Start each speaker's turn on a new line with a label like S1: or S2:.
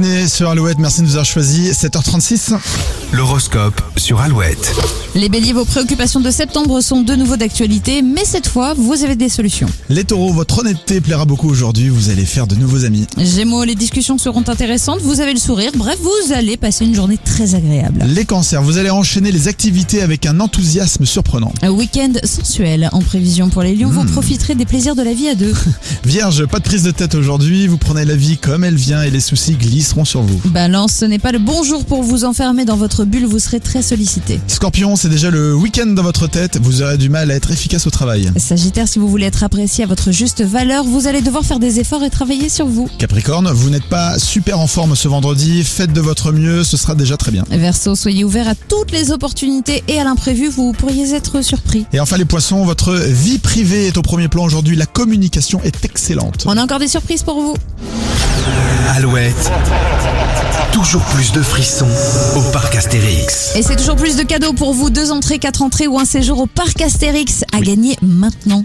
S1: Bienvenue sur Alouette, merci de nous avoir choisi. 7h36.
S2: L'horoscope sur Alouette.
S3: Les béliers, vos préoccupations de septembre sont de nouveau d'actualité, mais cette fois, vous avez des solutions.
S1: Les taureaux, votre honnêteté plaira beaucoup aujourd'hui, vous allez faire de nouveaux amis.
S3: Gémeaux, les discussions seront intéressantes, vous avez le sourire, bref, vous allez passer une journée très agréable.
S1: Les cancers, vous allez enchaîner les activités avec un enthousiasme surprenant.
S3: Un week-end sensuel en prévision pour les lions, vous profiterez des plaisirs de la vie à deux.
S1: Vierge, pas de prise de tête aujourd'hui, vous prenez la vie comme elle vient et les soucis glisseront sur vous.
S3: Balance, ce n'est pas le bon jour pour vous enfermer dans votre bulle, vous serez très sollicité.
S1: Scorpion, c'est déjà le week-end dans votre tête, vous aurez du mal à être efficace au travail.
S3: Sagittaire, si vous voulez être apprécié à votre juste valeur, vous allez devoir faire des efforts et travailler sur vous.
S1: Capricorne, vous n'êtes pas super en forme ce vendredi, faites de votre mieux, ce sera déjà très bien.
S3: Verseau, soyez ouvert à toutes les opportunités et à l'imprévu, vous pourriez être surpris.
S1: Et enfin les poissons, votre vie privée est au premier plan aujourd'hui, la communication est excellente.
S3: On a encore des surprises pour vous.
S2: Alouette. Toujours plus de frissons au parc Astérix.
S3: Et c'est toujours plus de cadeaux pour vous. Deux entrées, quatre entrées ou un séjour au parc Astérix à gagner maintenant.